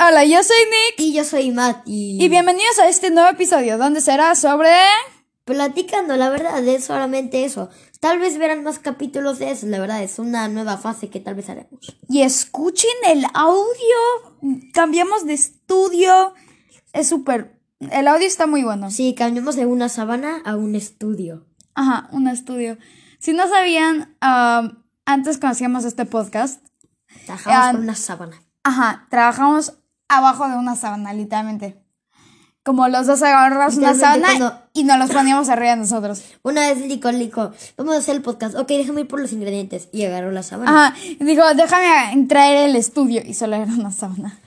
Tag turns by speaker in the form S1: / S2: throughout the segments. S1: Hola, yo soy Nick
S2: Y yo soy Matt y,
S1: y bienvenidos a este nuevo episodio donde será sobre...
S2: platicando, la verdad es solamente eso. Tal vez verán más capítulos de eso, la verdad es una nueva fase que tal vez haremos.
S1: Y escuchen el audio. Cambiamos de estudio. Es súper... El audio está muy bueno.
S2: Sí, cambiamos de una sabana a un estudio.
S1: Ajá, un estudio. Si no sabían, am, antes conocíamos este podcast.
S2: Trabajamos
S1: Ah,
S2: con una sabana.
S1: Ajá, trabajamos abajo de una sábana, literalmente. Como los dos agarramos una
S2: Literalmente
S1: sábana
S2: cuando-
S1: y nos los poníamos arriba de nosotros.
S2: Una vez Lico, Lico, vamos a hacer el podcast. Ok, déjame ir por los ingredientes. Y agarró la sabana.
S1: Ajá, y dijo, déjame traer el estudio. Y solo era una sábana.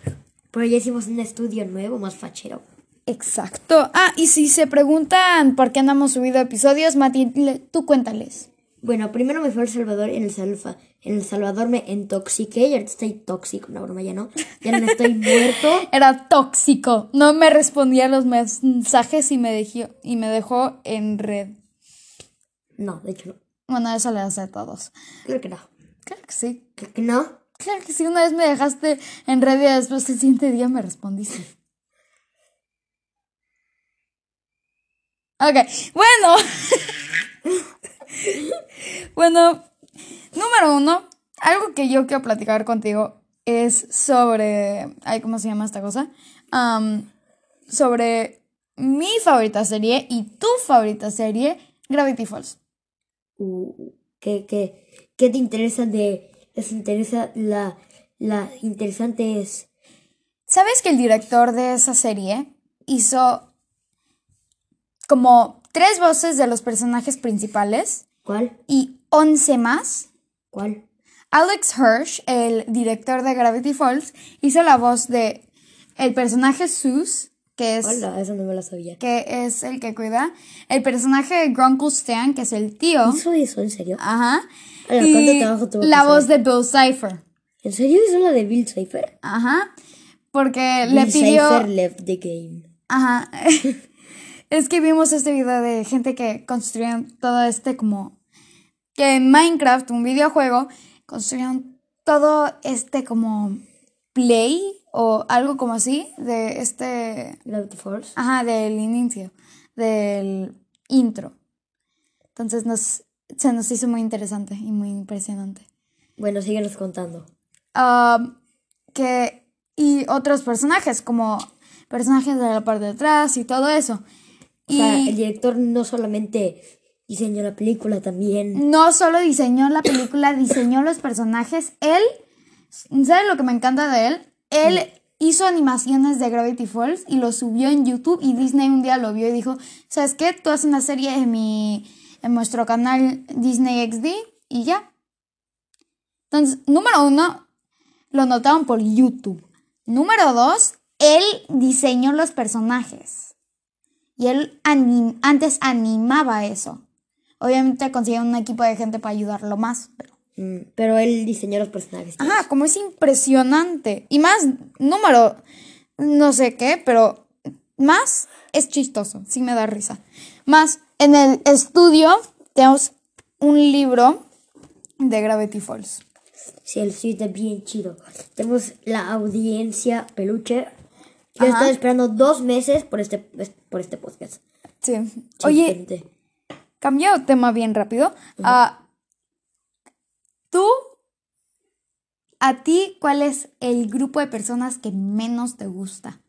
S2: Pero ya hicimos un estudio nuevo, más fachero.
S1: Exacto. Ah, y si se preguntan por qué no hemos subido episodios, Mati, le- tú cuéntales.
S2: Bueno, primero me fui a El Salvador en El Salva. En El Salvador me intoxiqué y ahorita estoy tóxico. No, broma, ya no. Ya no estoy muerto.
S1: Era tóxico. No me respondía a los mensajes y me dejó, y me dejó en red.
S2: No, de hecho no.
S1: Bueno, eso le hace a todos.
S2: Creo que no.
S1: Claro que sí.
S2: Creo que no.
S1: Claro que sí, una vez me dejaste en red y después el siguiente día me respondiste. Ok, bueno. bueno, número uno, algo que yo quiero platicar contigo es sobre. Ay, ¿cómo se llama esta cosa? Am, sobre mi favorita serie y tu favorita serie, Gravity Falls.
S2: u- que, que, que te interesa de les interesa la la interesante es
S1: ¿Sabes que el director de esa serie hizo como tres voces de los personajes principales
S2: cuál
S1: y 11 más?
S2: cuál
S1: Alex Hirsch, el director de Gravity Falls, hizo la voz de el personaje Sus, que es,
S2: hola eso no me lo sabía
S1: que es el que cuida, el personaje de Grunkle Stan, que es el tío,
S2: hizo eso en serio
S1: ajá,
S2: Hola, ¿cuánto
S1: y
S2: trabajo tuvo que
S1: la
S2: hacer?
S1: voz de Bill Cipher,
S2: en serio hizo la de Bill Cipher
S1: ajá, porque le
S2: Bill
S1: pidió
S2: Cipher left the game
S1: Ajá. es que vimos este video de gente que construyeron todo este como... Que en Minecraft, un videojuego, construyeron todo este como play o algo como así de este...
S2: Left Force
S1: Ajá, del inicio, del intro. Entonces nos, se nos hizo muy interesante y muy impresionante.
S2: bueno síguenos contando
S1: Um, que y otros personajes como personajes de la parte de atrás y todo eso
S2: o sea
S1: y
S2: el director no solamente diseñó la película también
S1: no solo diseñó la película diseñó los personajes él sabes lo que me encanta de él él hizo animaciones de Gravity Falls y lo subió en YouTube y Disney un día lo vio y dijo sabes qué tú haces una serie en mi en nuestro canal Disney XD y ya Entonces, número uno, lo notaron por YouTube. Número dos, él diseñó los personajes. Y él anim- antes animaba eso. Obviamente consiguió un equipo de gente para ayudarlo más. pero-
S2: Mm, pero él diseñó los personajes
S1: Ajá, como es impresionante. Y más, número, no sé qué, pero más es chistoso. Sí me da risa. Más, en el estudio tenemos un libro de Gravity Falls.
S2: Sí, el suite es bien chido. Tenemos la audiencia peluche. Yo he estado esperando dos meses por este, por este podcast.
S1: Sí. Oye,
S2: Gente.
S1: Cambio de tema bien rápido. Ah, Tú, a ti, ¿cuál es el grupo de personas que menos te gusta?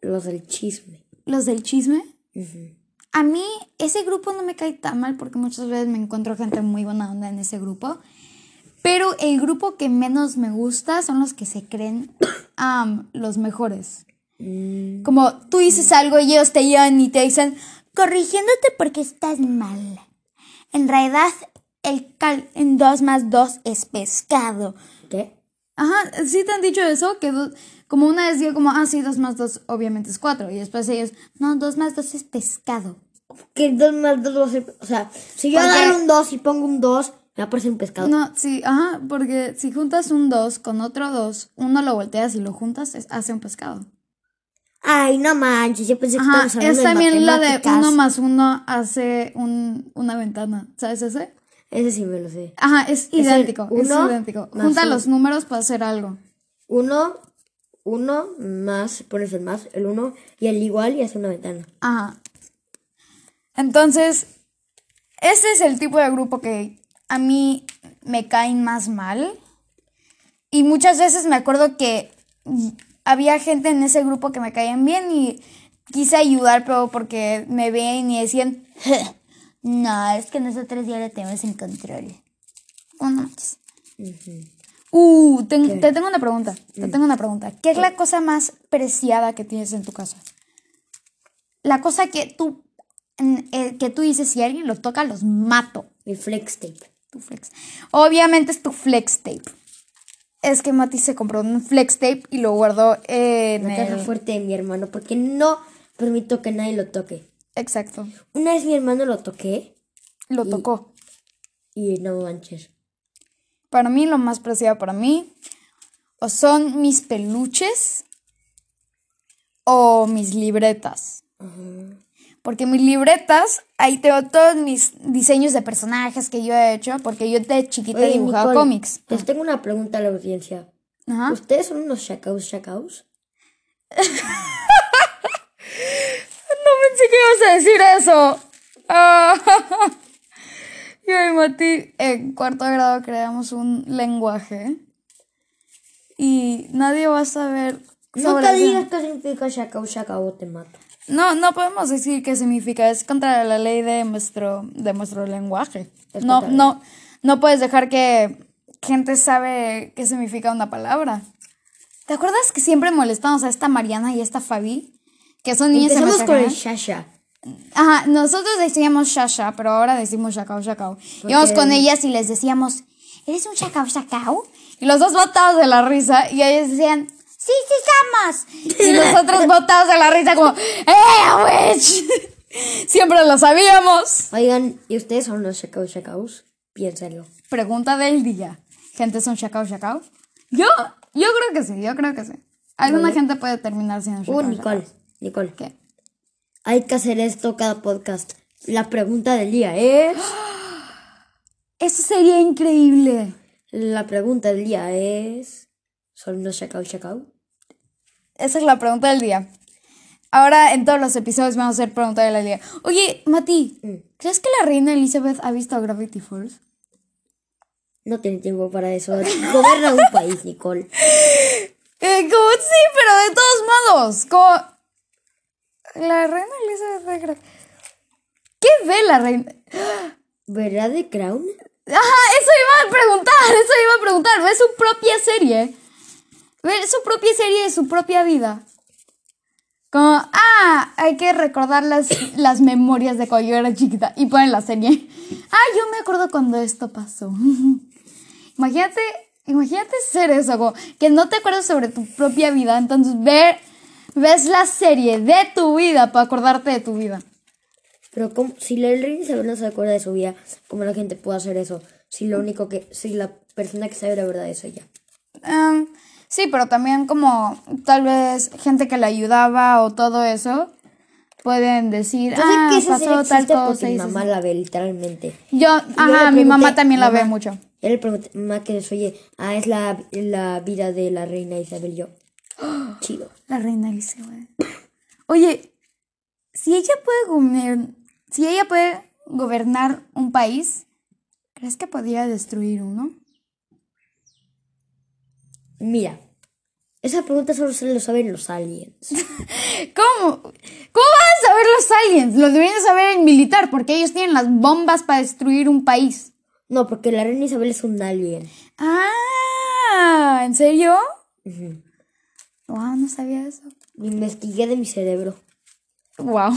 S2: Los del chisme.
S1: ¿Los del chisme? A mí ese grupo no me cae tan mal porque muchas veces me encuentro gente muy buena onda en ese grupo. Pero el grupo que menos me gusta son los que se creen am, los mejores. Como tú dices algo y ellos te llevan y te dicen, corrigiéndote porque estás mal. En realidad, el cal en 2 más 2 es pescado.
S2: ¿Qué?
S1: Ajá, sí te han dicho eso, que do- como una vez digo como, ah, sí, 2 más 2 obviamente es 4. Y después ellos, no, 2 más 2 es pescado.
S2: Que el dos más dos va a ser... O sea, si yo
S1: Porque-
S2: agarro un dos y pongo un dos, me va a parecer un pescado.
S1: No, sí, ajá, porque si juntas un 2 con otro 2, uno lo volteas y lo juntas, es- hace un pescado.
S2: Ay, no manches, yo pensé que
S1: Ajá,
S2: estábamos hablando
S1: es
S2: de
S1: también la de
S2: matemáticas.
S1: 1 más 1 hace un- una ventana, ¿sabes ese?
S2: Ese sí me lo sé.
S1: Ajá, es
S2: el
S1: idéntico, es
S2: uno
S1: idéntico.
S2: más
S1: Junta
S2: uno.
S1: los números para hacer algo.
S2: Uno uno más, pones el más, el uno y el igual y hace una ventana.
S1: Ajá. Entonces, este es el tipo de grupo que a mí me caen más mal. Y muchas veces me acuerdo que había gente en ese grupo que me caían bien y quise ayudar, pero porque me ven y decían, "Je, no, es que nosotros ya la tenemos en control. Oh, no manches. Uh, ten- te tengo una pregunta, te tengo una pregunta. ¿Qué es la cosa más preciada que tienes en tu casa? La cosa que tú, en- eh, que tú dices, si alguien lo toca, los mato.
S2: Mi flex tape.
S1: Tu flex. Obviamente es tu flex tape. Es que Mati se compró un flex tape y lo guardó en
S2: La caja
S1: el-
S2: fuerte de mi hermano porque no permito que nadie lo toque.
S1: Exacto.
S2: Una vez mi hermano lo toqué
S1: Lo tocó.
S2: y no manches.
S1: Para mí, lo más preciado para mí o son mis peluches o mis libretas. Porque mis libretas, ahí tengo todos mis diseños de personajes que yo he hecho, porque yo de chiquita
S2: Oye,
S1: dibujaba
S2: Nicole,
S1: cómics. ¿Ah?
S2: Les tengo una pregunta a la audiencia.
S1: Ajá.
S2: ¿Ustedes son unos shacaus shacaus?
S1: No pensé que ibas a decir eso. Ah, Yo y Mati en cuarto grado creamos un lenguaje y nadie va a saber. sobre
S2: Nunca
S1: ese-
S2: digas qué significa shakau shakau o te mato.
S1: No, no podemos decir qué significa. Es contra la ley de nuestro, de nuestro lenguaje.
S2: Es
S1: No,
S2: contra la
S1: no, no puedes dejar que gente sabe qué significa una palabra. ¿Te acuerdas que siempre molestamos a esta Mariana y a esta Fabi? Que son niñas en
S2: Empezamos
S1: nuestra
S2: con el
S1: generación?
S2: shasha.
S1: Ajá, nosotros decíamos shasha, pero ahora decimos shakao shakao. Íbamos con ellas y les decíamos, ¿eres un shakao shakao? Y los dos botados de la risa, y ellas decían, sí, sí somos. Y nosotros botados de la risa como, ¡eh, witch! Siempre lo sabíamos.
S2: Oigan, ¿y ustedes son unos shakau shakaus? Piénsenlo.
S1: Pregunta del día. ¿Gente son shakao shakao? Yo, yo creo que sí, yo creo que sí. Alguna gente puede terminar siendo shakao
S2: Uh, Nicole, Nicole.
S1: ¿Qué?
S2: Hay que hacer esto cada podcast. La pregunta del día es...
S1: ¡Ah! Eso sería increíble.
S2: La pregunta del día es... ¿Son unos shakau shakau?
S1: Esa es la pregunta del día. Ahora en todos los episodios vamos a hacer pregunta del día. Oye, Mati, ¿crees que la reina Elizabeth ha visto Gravity Falls?
S2: No tiene tiempo para eso. Gobierna un país, Nicole.
S1: Eh, como sí, pero de todos modos. Como... La reina Elizabeth ve Gra- ¿Qué ve la reina?
S2: ¿Verdad de Crown?
S1: Ajá, eso iba a preguntar, eso iba a preguntar. Ve su propia serie. Ve su propia serie de su propia vida. Como, ah, hay que recordar las, las memorias de cuando yo era chiquita y ponen la serie. Ah, yo me acuerdo cuando esto pasó. imagínate, imagínate ser eso, como que no te acuerdas sobre tu propia vida. Entonces, ver, ves la serie de tu vida para acordarte de tu vida.
S2: Pero ¿cómo? si la reina Isabel no se acuerda de su vida, ¿cómo la gente puede hacer eso? Si lo único que... Si la persona que sabe la verdad es ella.
S1: Em, sí, pero también como tal vez gente que le ayudaba o todo eso pueden decir,
S2: Yo sé
S1: ah,
S2: que esa serie
S1: pasó tal
S2: existe
S1: cosa.
S2: porque mi
S1: y eso".
S2: mamá la ve literalmente.
S1: Yo,
S2: Y yo
S1: ajá,
S2: le
S1: mi mamá
S2: pregunté,
S1: también la ve
S2: "Mamá",
S1: mucho.
S2: Yo le pregunté, mamá, que les oye, ah, es la, la vida de la reina Isabel. y Yo, chido.
S1: La reina Elizabeth. Oye, si ella puede gober- si ella puede gobernar un país, ¿crees que podría destruir uno?
S2: Mira, esa pregunta solo se lo saben los aliens.
S1: ¿Cómo? ¿Cómo van a saber los aliens? Lo deberían saber en militar, porque ellos tienen las bombas para destruir un país.
S2: No, porque la reina Isabel es un alien.
S1: Ah, ¿en serio? Wow, no sabía eso.
S2: Investigué de mi cerebro.
S1: Wow.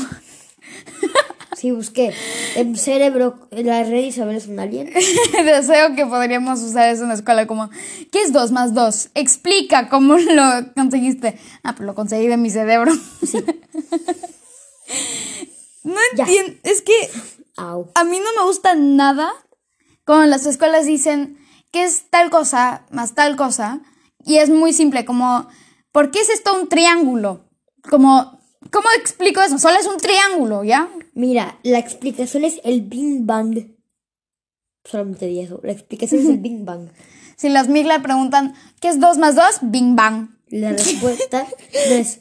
S2: Sí, busqué. En mi cerebro, la reina Isabel es un alien.
S1: Deseo que podríamos usar eso en la escuela como, ¿qué es 2 más 2? Explica cómo lo conseguiste. Ah, pues lo conseguí de mi cerebro. no
S2: Ya.
S1: entiendo, es que
S2: Au.
S1: a mí no me gusta nada como en las escuelas dicen que es tal cosa más tal cosa y es muy simple como ¿por qué es esto un triángulo? Como ¿cómo explico eso? Solo es un triángulo, ¿ya?
S2: Mira, la explicación es el Big Bang. Solamente di eso. La explicación es el Big Bang.
S1: Si las MIG le preguntan ¿qué es 2 más 2? Bing bang.
S2: La respuesta no es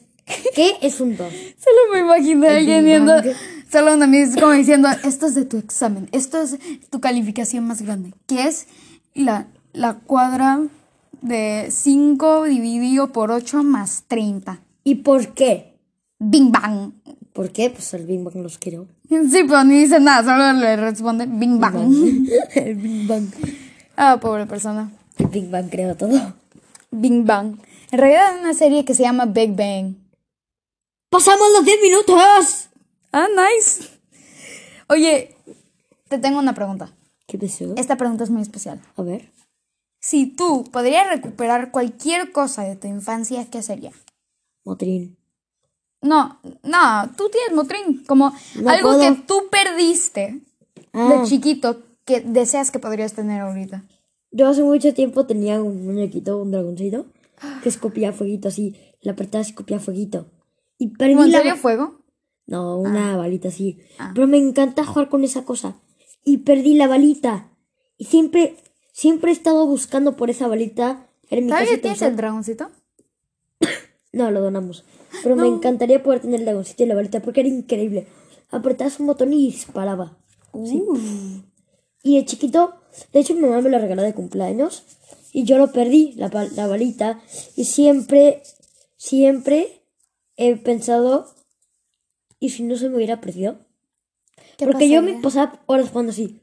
S2: ¿qué es un dog?
S1: Solo me imagino a
S2: El
S1: alguien
S2: Big
S1: viendo,
S2: Bang.
S1: solo una mis como diciendo, esto es de tu examen, esto es tu calificación más grande, que es la, la cuadra de 5 dividido por 8 más 30.
S2: ¿Y por qué?
S1: Bing bang.
S2: ¿Por qué? Pues el Big Bang los creó.
S1: Sí, pero ni dice nada, solo le responde bing bang.
S2: el Big Bang.
S1: Ah, pobre persona.
S2: El Big Bang creó todo.
S1: Bing bang. En realidad hay una serie que se llama Big Bang.
S2: ¡Pasamos los 10 minutos!
S1: Ah, nice. Oye, te tengo una pregunta.
S2: ¿Qué pasó?
S1: Esta pregunta es muy especial.
S2: A ver.
S1: Si tú podrías recuperar cualquier cosa de tu infancia, ¿qué sería?
S2: Motrin.
S1: No, no, tú tienes motrín, como
S2: No
S1: algo
S2: puedo.
S1: que tú perdiste
S2: Ah.
S1: de chiquito que deseas que podrías tener ahorita.
S2: Yo hace mucho tiempo tenía un muñequito, un dragoncito, que escupía fueguito así. La apretabas y escupía fueguito. Y perdí
S1: ¿Cómo en
S2: la...
S1: serio Ah. fuego?
S2: No, una balita así. Pero me encanta jugar con esa cosa. Y perdí la balita. Y siempre, siempre he estado buscando por esa balita. En mi
S1: ¿Todavía
S2: casita.
S1: tienes el dragoncito?
S2: No, lo donamos. Pero me encantaría poder tener el dragoncito y la balita porque era increíble. Apretabas un botón y disparaba. Sí. Y de chiquito, de hecho mi mamá me lo regaló de cumpleaños y yo lo perdí, la, pa- la balita. Y siempre, siempre he pensado, ¿y si no se me hubiera perdido?
S1: ¿Qué
S2: Porque yo me
S1: pasaría?
S2: pasaba horas jugando así.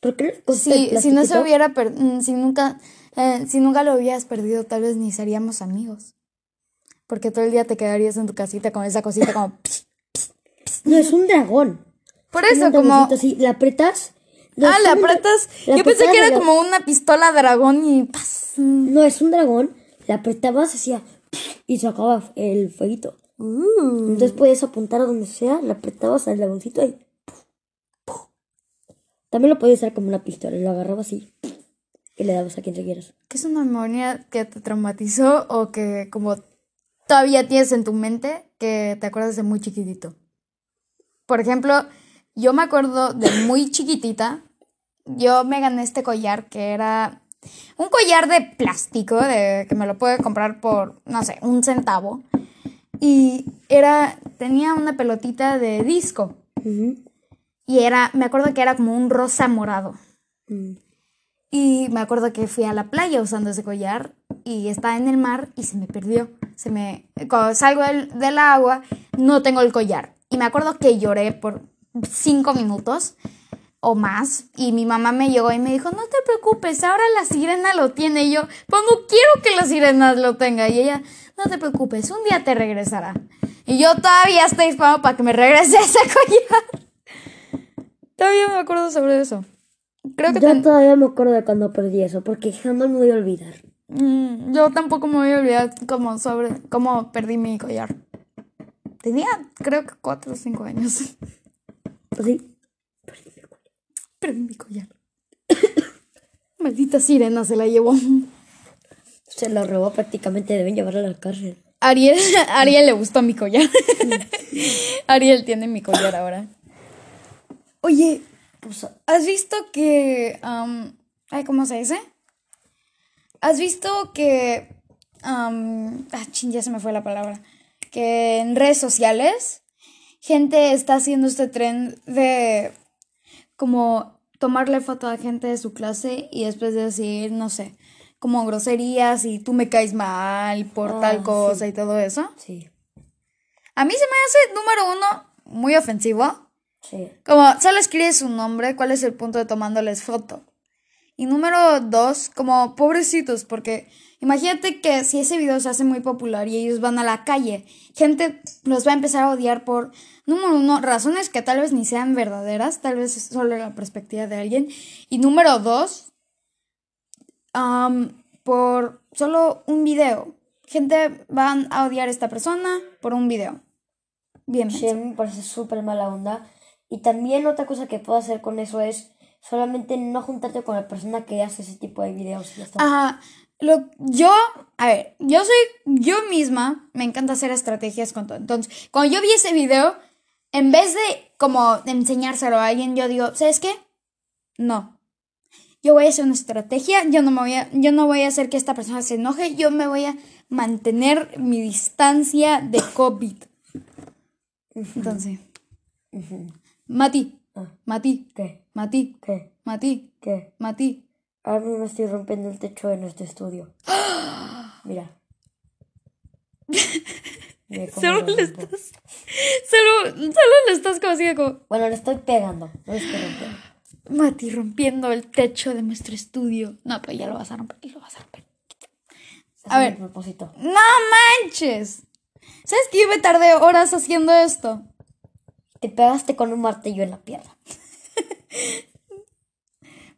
S2: Porque
S1: Si, si no se hubiera per- mm, si nunca eh, si nunca lo hubieras perdido, tal vez ni seríamos amigos. Porque todo el día te quedarías en tu casita con esa cosita como
S2: No, es un dragón.
S1: Por
S2: Es
S1: eso
S2: un
S1: como
S2: dragoncito así, la apretas. no,
S1: Ah,
S2: es
S1: la
S2: un dra-
S1: apretas.
S2: la
S1: Yo pensé
S2: apretabas
S1: que
S2: y
S1: era
S2: la-
S1: como una pistola dragón y ¡pas!
S2: No, es un dragón. La apretabas, hacía... Y sacaba el fueguito.
S1: Mm.
S2: Entonces podías apuntar a donde sea, la apretabas al dragoncito y... También lo podías usar como una pistola. Lo agarrabas así. Y le dabas a quien te quieras.
S1: ¿Qué es una memoria que te traumatizó o que como todavía tienes en tu mente que te acuerdas de muy chiquitito? Por ejemplo, yo me acuerdo de muy chiquitita, yo me gané este collar que era un collar de plástico de, que me lo pude comprar por, no sé, un centavo. Y era, tenía una pelotita de disco. Y era, me acuerdo que era como un rosa morado.
S2: Mm.
S1: Y me acuerdo que fui a la playa usando ese collar y estaba en el mar y se me perdió. Se me, cuando salgo del, del agua, no tengo el collar. Y me acuerdo que lloré por cinco minutos o más. Y mi mamá me llegó y me dijo, no te preocupes, ahora la sirena lo tiene. Y yo, pues no quiero que la sirena lo tenga. Y ella, no te preocupes, un día te regresará. Y yo todavía estoy esperando para que me regrese ese collar. Todavía me acuerdo sobre eso. Creo que
S2: Yo
S1: ten-
S2: todavía me acuerdo de cuando perdí eso. Porque jamás me voy a olvidar.
S1: Mm, yo tampoco me voy a olvidar como sobre cómo perdí mi collar. Tenía creo que cuatro o cinco años.
S2: Así.
S1: Perdí mi collar. Maldita sirena se la llevó.
S2: Se lo robó prácticamente. Deben llevarlo a la cárcel.
S1: Ariel, Ariel le gustó mi collar. Ariel tiene mi collar ahora. Oye,
S2: Pues,
S1: ¿has visto que... am, ay, ¿Cómo se dice? ¿Has visto que... am, ah, chin, ya se me fue la palabra. Que en redes sociales gente está haciendo este tren de como tomarle foto a gente de su clase y después decir, no sé, como groserías y tú me caes mal por
S2: Ah,
S1: tal cosa y todo eso.
S2: sí.
S1: A mí se me hace, número uno, muy ofensivo.
S2: Sí.
S1: Como solo escribe su nombre, ¿cuál es el punto de tomándoles foto? Y número dos, como pobrecitos, porque imagínate que si ese video se hace muy popular y ellos van a la calle, gente los va a empezar a odiar por, número uno, razones que tal vez ni sean verdaderas, tal vez es solo la perspectiva de alguien. Y número dos, am, por solo un video. Gente van a odiar a esta persona por un video. Bien.
S2: Sí, a mí me parece súper mala onda. Y también otra cosa que puedo hacer con eso es solamente no juntarte con la persona que hace ese tipo de videos. y ya está.
S1: Ajá. Lo, yo, a ver, yo soy yo misma, me encanta hacer estrategias con todo. Entonces, cuando yo vi ese video, en vez de como enseñárselo a alguien, yo digo, ¿sabes qué? No. yo voy a hacer una estrategia, yo no, me voy a, yo no voy a hacer que esta persona se enoje, yo me voy a mantener mi distancia de COVID. Entonces, Mati, Mati,
S2: ¿Qué?
S1: Mati,
S2: ¿Qué?
S1: Mati,
S2: ¿Qué?
S1: Mati.
S2: Ahora mismo estoy rompiendo el techo de nuestro estudio. Mira. Mira cómo
S1: Solo
S2: lo
S1: le
S2: rompo.
S1: estás. Solo, solo le estás como así de como.
S2: Bueno, le estoy pegando. No es que rompa.
S1: Mati rompiendo el techo de nuestro estudio. No, pero ya lo vas a romper, lo vas a romper.
S2: Ese
S1: A
S2: es
S1: ver.
S2: mi propósito.
S1: ¡No manches! ¿Sabes que yo me tardé horas haciendo esto?
S2: Te pegaste con un martillo en la pierna.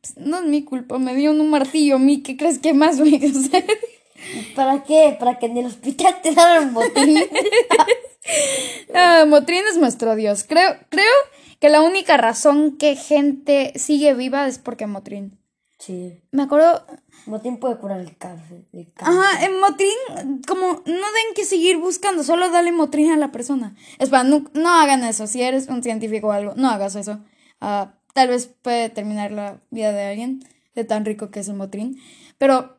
S1: Pues, no es mi culpa, me dio un martillo a mí. ¿Qué crees que más voy a hacer?
S2: ¿Y ¿Para qué? Para que en el hospital te daran un botín.
S1: Ah, Motrin es nuestro dios. Creo, creo que la única razón que gente sigue viva es porque Motrin.
S2: sí.
S1: Me acuerdo.
S2: Botín puede curar el cáncer. el cáncer.
S1: Ajá, en Motrin, como no den que seguir buscando, solo dale Motrin a la persona. Espera, no, no hagan eso. Si eres un científico o algo, no hagas eso. Ah, tal vez puede terminar la vida de alguien de tan rico que es el Motrin. Pero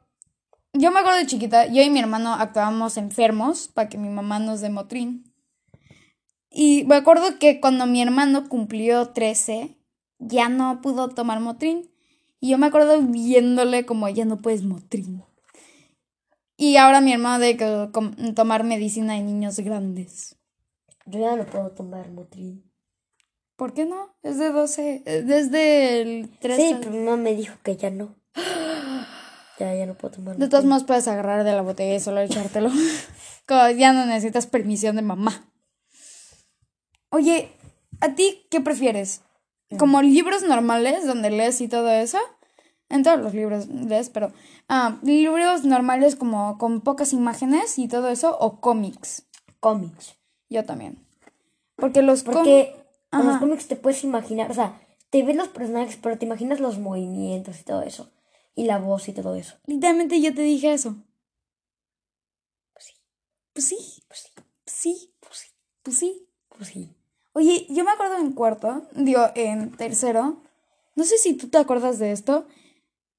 S1: yo me acuerdo de chiquita, yo y mi hermano actuábamos enfermos para que mi mamá nos dé Motrin. Y me acuerdo que cuando mi hermano cumplió 13, ya no pudo tomar Motrin. Y yo me acuerdo viéndole como, ya no puedes Motrin. Y ahora mi hermano debe que com- tomar medicina de niños grandes.
S2: Yo ya no puedo tomar motrín.
S1: ¿Por qué no? Es de 12, eh, desde el 13.
S2: Sí, pero mi mamá me dijo que ya no. Ya, ya no puedo tomar
S1: De todos modos puedes agarrar de la botella y solo echártelo. Como ya no necesitas permisión de mamá. Oye, ¿a ti qué prefieres?
S2: Mm.
S1: ¿Como libros normales donde lees y todo eso? En todos los libros lees, pero... ah, libros normales como con pocas imágenes y todo eso o cómics.
S2: cómics.
S1: Yo también. Porque los cómics...
S2: Porque en los cómics te puedes imaginar, o sea, te ves los personajes, pero te imaginas los movimientos y todo eso. Y la voz y todo eso.
S1: Literalmente yo te dije eso. Pues sí. Pues sí. Pues sí. Pues sí. Pues sí.
S2: Pues sí.
S1: Oye, yo me acuerdo en cuarto, digo, en tercero. No sé si tú te acuerdas de esto.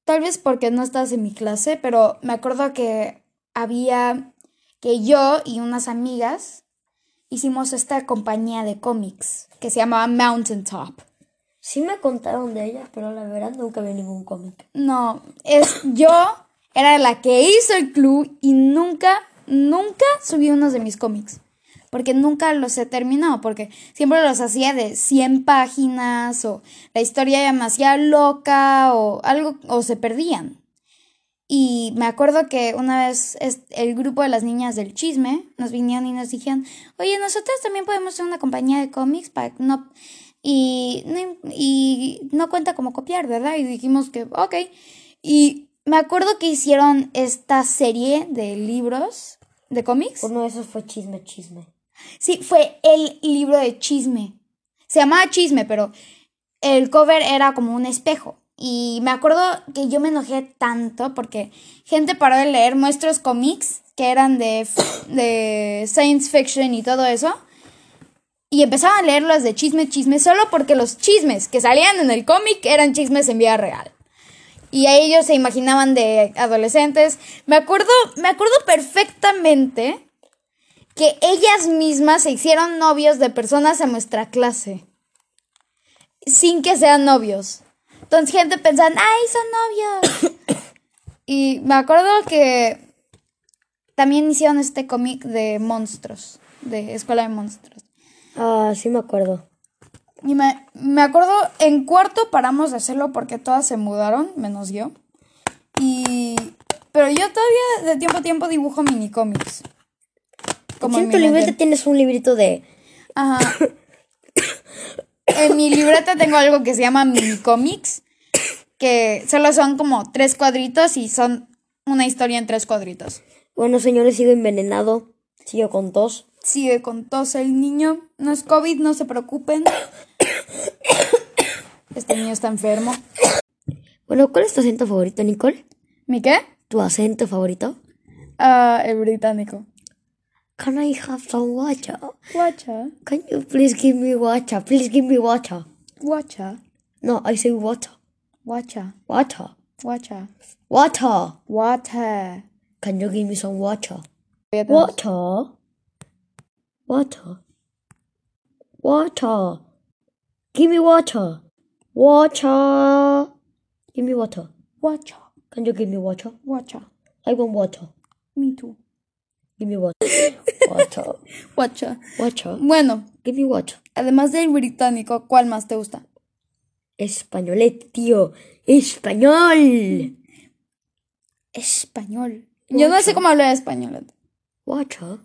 S1: Tal vez porque no estabas en mi clase, pero me acuerdo que había que yo y unas amigas hicimos esta compañía de cómics que se llamaba Mountaintop.
S2: Sí me contaron de ellas, pero la verdad nunca vi ningún cómic.
S1: No, es yo era la que hizo el club y nunca, nunca subí unos de mis cómics. Porque nunca los he terminado, porque siempre los hacía de 100 páginas o la historia ya me hacía loca o algo, o se perdían. Y me acuerdo que una vez es- el grupo de las niñas del chisme nos vinieron y nos dijeron, oye, nosotras también podemos ser una compañía de cómics para que no... Y no, im- y no cuenta como copiar, ¿verdad? Y dijimos que, ok. Y me acuerdo que hicieron esta serie de libros de cómics.
S2: Uno de esos fue Chisme Chisme.
S1: Sí, fue el libro de chisme. Se llamaba chisme, pero el cover era como un espejo. Y me acuerdo que yo me enojé tanto porque gente paró de leer nuestros cómics que eran de, f- de science fiction y todo eso. Y empezaban a leer los de chisme, chisme, solo porque los chismes que salían en el cómic eran chismes en vida real. Y a ellos se imaginaban de adolescentes. Me acuerdo, me acuerdo perfectamente que ellas mismas se hicieron novios de personas en nuestra clase. Sin que sean novios. Entonces gente pensaba, ¡ay, son novios! y me acuerdo que también hicieron este cómic de monstruos, de Escuela de Monstruos.
S2: Ah, sí me acuerdo.
S1: Y me, me acuerdo, en cuarto paramos de hacerlo porque todas se mudaron, menos yo. Y... Pero yo todavía de tiempo a tiempo dibujo mini cómics.
S2: Como
S1: en
S2: en tu
S1: mi
S2: libreta
S1: mente.
S2: tienes un librito de...
S1: Ajá. En mi libreta tengo algo que se llama mini cómics, que solo son como tres cuadritos y son una historia en tres cuadritos.
S2: Bueno, señores, sigo envenenado. Sigo con tos.
S1: Sigue con tos el niño, no es COVID, no se preocupen. Este niño está enfermo.
S2: Bueno, ¿cuál es tu acento favorito, Nicole?
S1: ¿Mi qué?
S2: ¿Tu acento favorito?
S1: Ah, el británico.
S2: Can I have some water?
S1: Guacha,
S2: Can you please give me water? Please give me water.
S1: guacha.
S2: No, I say water.
S1: Water.
S2: Water.
S1: Water.
S2: Water.
S1: Water.
S2: Can you give me some water?
S1: Ya tenemos-
S2: Water. Water. Water. Give me water. Water. Give me water.
S1: Water.
S2: Can you give me water?
S1: Water.
S2: I want water.
S1: Me too.
S2: Give me water. Water.
S1: Water.
S2: Water.
S1: Bueno,
S2: Give me water.
S1: además del británico, ¿cuál más te gusta?
S2: Españolet, tío. Español.
S1: Español. Yo no sé cómo hablar español.
S2: Water.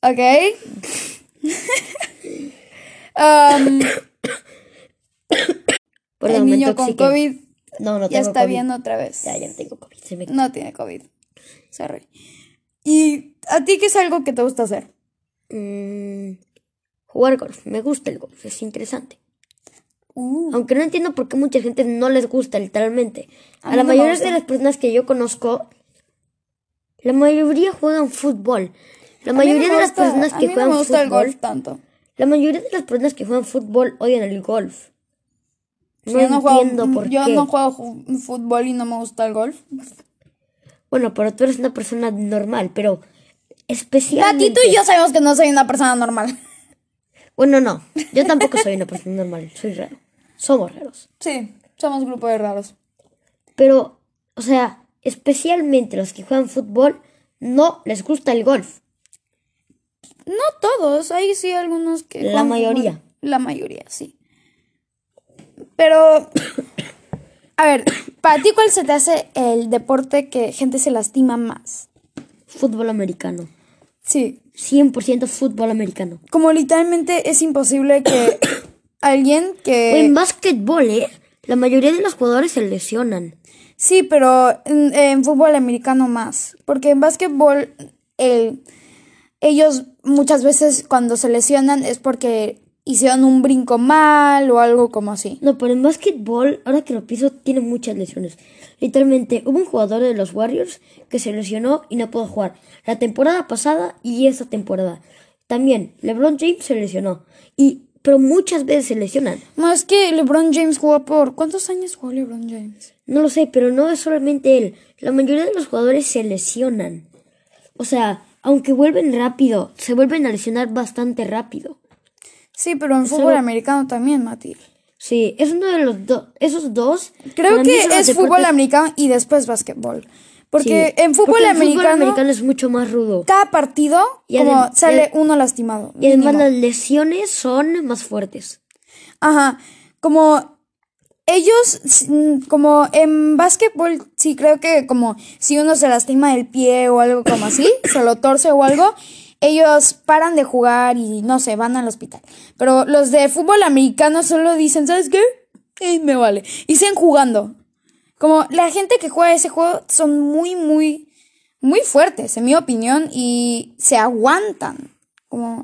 S1: Ok. Um,
S2: Por
S1: el
S2: me
S1: niño con
S2: intoxiqué.
S1: COVID
S2: No, no
S1: ya
S2: tengo
S1: está
S2: COVID.
S1: bien otra vez.
S2: Ya, ya no tengo COVID. Se me...
S1: No tiene COVID. Sorry. ¿Y a ti qué es algo que te gusta hacer?
S2: Mm, jugar golf. Me gusta el golf. Es interesante.
S1: Uh,
S2: Aunque no entiendo por qué mucha gente no les gusta, literalmente.
S1: A
S2: A,
S1: mí
S2: la
S1: no me
S2: mayoría
S1: gusta.
S2: de las personas que yo conozco, la mayoría juegan fútbol. La mayoría de las personas que
S1: a mí no
S2: juegan
S1: me gusta
S2: fútbol,
S1: el golf tanto.
S2: la mayoría de las personas que juegan fútbol odian el golf. No
S1: yo no
S2: entiendo
S1: juego, mm,
S2: por
S1: yo
S2: qué.
S1: no juego ju- fútbol y no me gusta el golf.
S2: Bueno, pero tú eres una persona normal, pero especialmente.
S1: Patito y yo sabemos que no soy una persona normal.
S2: Bueno, no, yo tampoco soy una persona normal, soy raro. Somos raros.
S1: Sí, somos grupo de raros.
S2: Pero, o sea, especialmente los que juegan fútbol, no les gusta el golf.
S1: No todos, hay sí algunos que...
S2: La
S1: juegan
S2: mayoría.
S1: fútbol. La mayoría, sí. Pero... A ver, ¿para ti cuál se te hace el deporte que gente se lastima más?
S2: Fútbol americano.
S1: Sí,
S2: 100% fútbol americano.
S1: como literalmente es imposible que alguien que...
S2: O en básquetbol, ¿eh? La mayoría de los jugadores se lesionan.
S1: Sí, pero en, en fútbol americano más, porque en básquetbol el- ellos muchas veces cuando se lesionan es porque hicieron un brinco mal o algo como así.
S2: No, pero en básquetbol, ahora que lo pienso, tiene muchas lesiones. Literalmente, hubo un jugador de los Warriors que se lesionó y no pudo jugar. La temporada pasada y esta temporada. También, LeBron James se lesionó. Y, pero muchas veces se lesionan.
S1: No, es que LeBron James jugó por... ¿Cuántos años jugó LeBron James?
S2: No lo sé, pero no es solamente él. La mayoría de los jugadores se lesionan. O sea, aunque vuelven rápido, se vuelven a lesionar bastante rápido.
S1: Sí, pero en fútbol americano también, Mati.
S2: Sí, es uno de los dos. Esos dos.
S1: Creo
S2: para mí
S1: que
S2: son los
S1: es fútbol
S2: deportes-
S1: americano y después básquetbol.
S2: sí,
S1: Porque en fútbol
S2: porque el
S1: americano
S2: es mucho más rudo.
S1: cada partido
S2: Y
S1: como
S2: adem- y
S1: sale
S2: ad-
S1: uno lastimado.
S2: Y además
S1: mínimo.
S2: las lesiones son más fuertes.
S1: Ajá, como ellos, mm, como en básquetbol, sí creo que como si uno se lastima el pie o algo como así, se lo torce o algo, ellos paran de jugar y no sé, van al hospital. Pero los de fútbol americano solo dicen, ¿sabes qué? Eh, me vale. Y siguen jugando. Como la gente que juega ese juego son muy, muy, muy fuertes, en mi opinión, y se aguantan. Como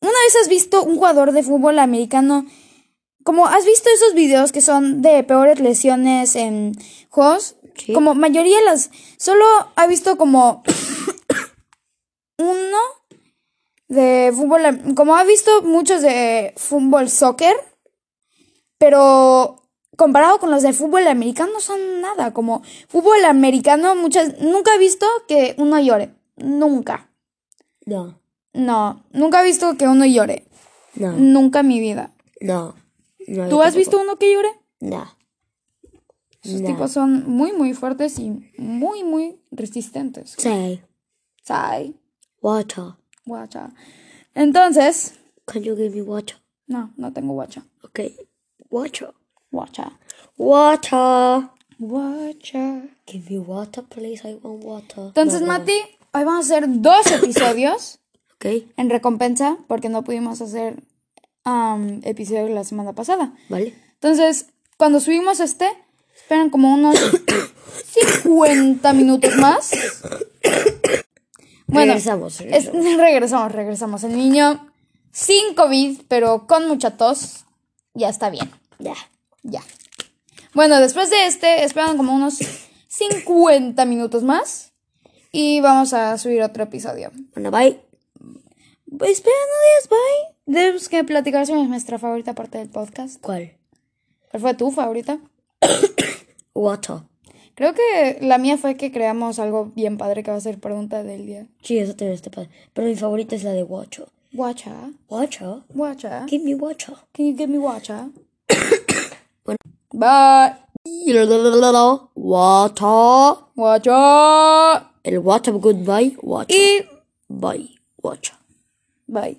S1: ¿Una vez has visto un jugador de fútbol americano? Como has visto esos videos que son de peores lesiones en juegos,
S2: Sí.
S1: como mayoría de las solo ha visto como uno de fútbol, am- como ha visto muchos de fútbol soccer, pero comparado con los de fútbol americano no son nada, como fútbol americano muchas nunca he visto que uno llore, nunca.
S2: No,
S1: No, nunca he visto que uno llore.
S2: no,
S1: Nunca en mi vida.
S2: no. no,
S1: Mm. ¿Tú
S2: yo
S1: has
S2: tampoco.
S1: visto uno que llore?
S2: No.
S1: Esos
S2: No.
S1: tipos son muy, muy fuertes y muy, muy resistentes.
S2: Say,
S1: Sai,
S2: water.
S1: guacha. Entonces,
S2: Can you give me water?
S1: no, no tengo guacha.
S2: Okay. Water.
S1: Guacha.
S2: Water.
S1: Guacha.
S2: Give me water, please. I want water.
S1: Entonces,
S2: No, no, no.
S1: Mati, hoy vamos a hacer dos episodios
S2: Ok,
S1: en recompensa porque no pudimos hacer am, episodio la semana pasada.
S2: vale.
S1: Entonces, cuando subimos este, esperan como unos 50 minutos más. Bueno,
S2: Regresamos,
S1: es- regresamos, regresamos. El niño sin COVID, pero con mucha tos, ya está bien.
S2: Ya.
S1: Ya. Bueno, después de este, esperan como unos 50 minutos más. Y vamos a subir otro episodio.
S2: Bueno, bye.
S1: Pues, Esperando días, bye. Debemos que platicar sobre nuestra favorita parte del podcast.
S2: ¿Cuál?
S1: ¿Cuál fue tu favorita?
S2: Water.
S1: Creo que la mía fue que creamos algo bien padre que va a ser pregunta del día.
S2: Sí, eso también está padre. Pero mi favorita es la de Watcher.
S1: Guacha,
S2: Watcher.
S1: guacha.
S2: Give me Watcher.
S1: Can you give me guacha?
S2: Bueno.
S1: Bye.
S2: Water.
S1: Guacha.
S2: El Watcher goodbye. Watcher.
S1: Y
S2: Bye. Watcher.
S1: bye.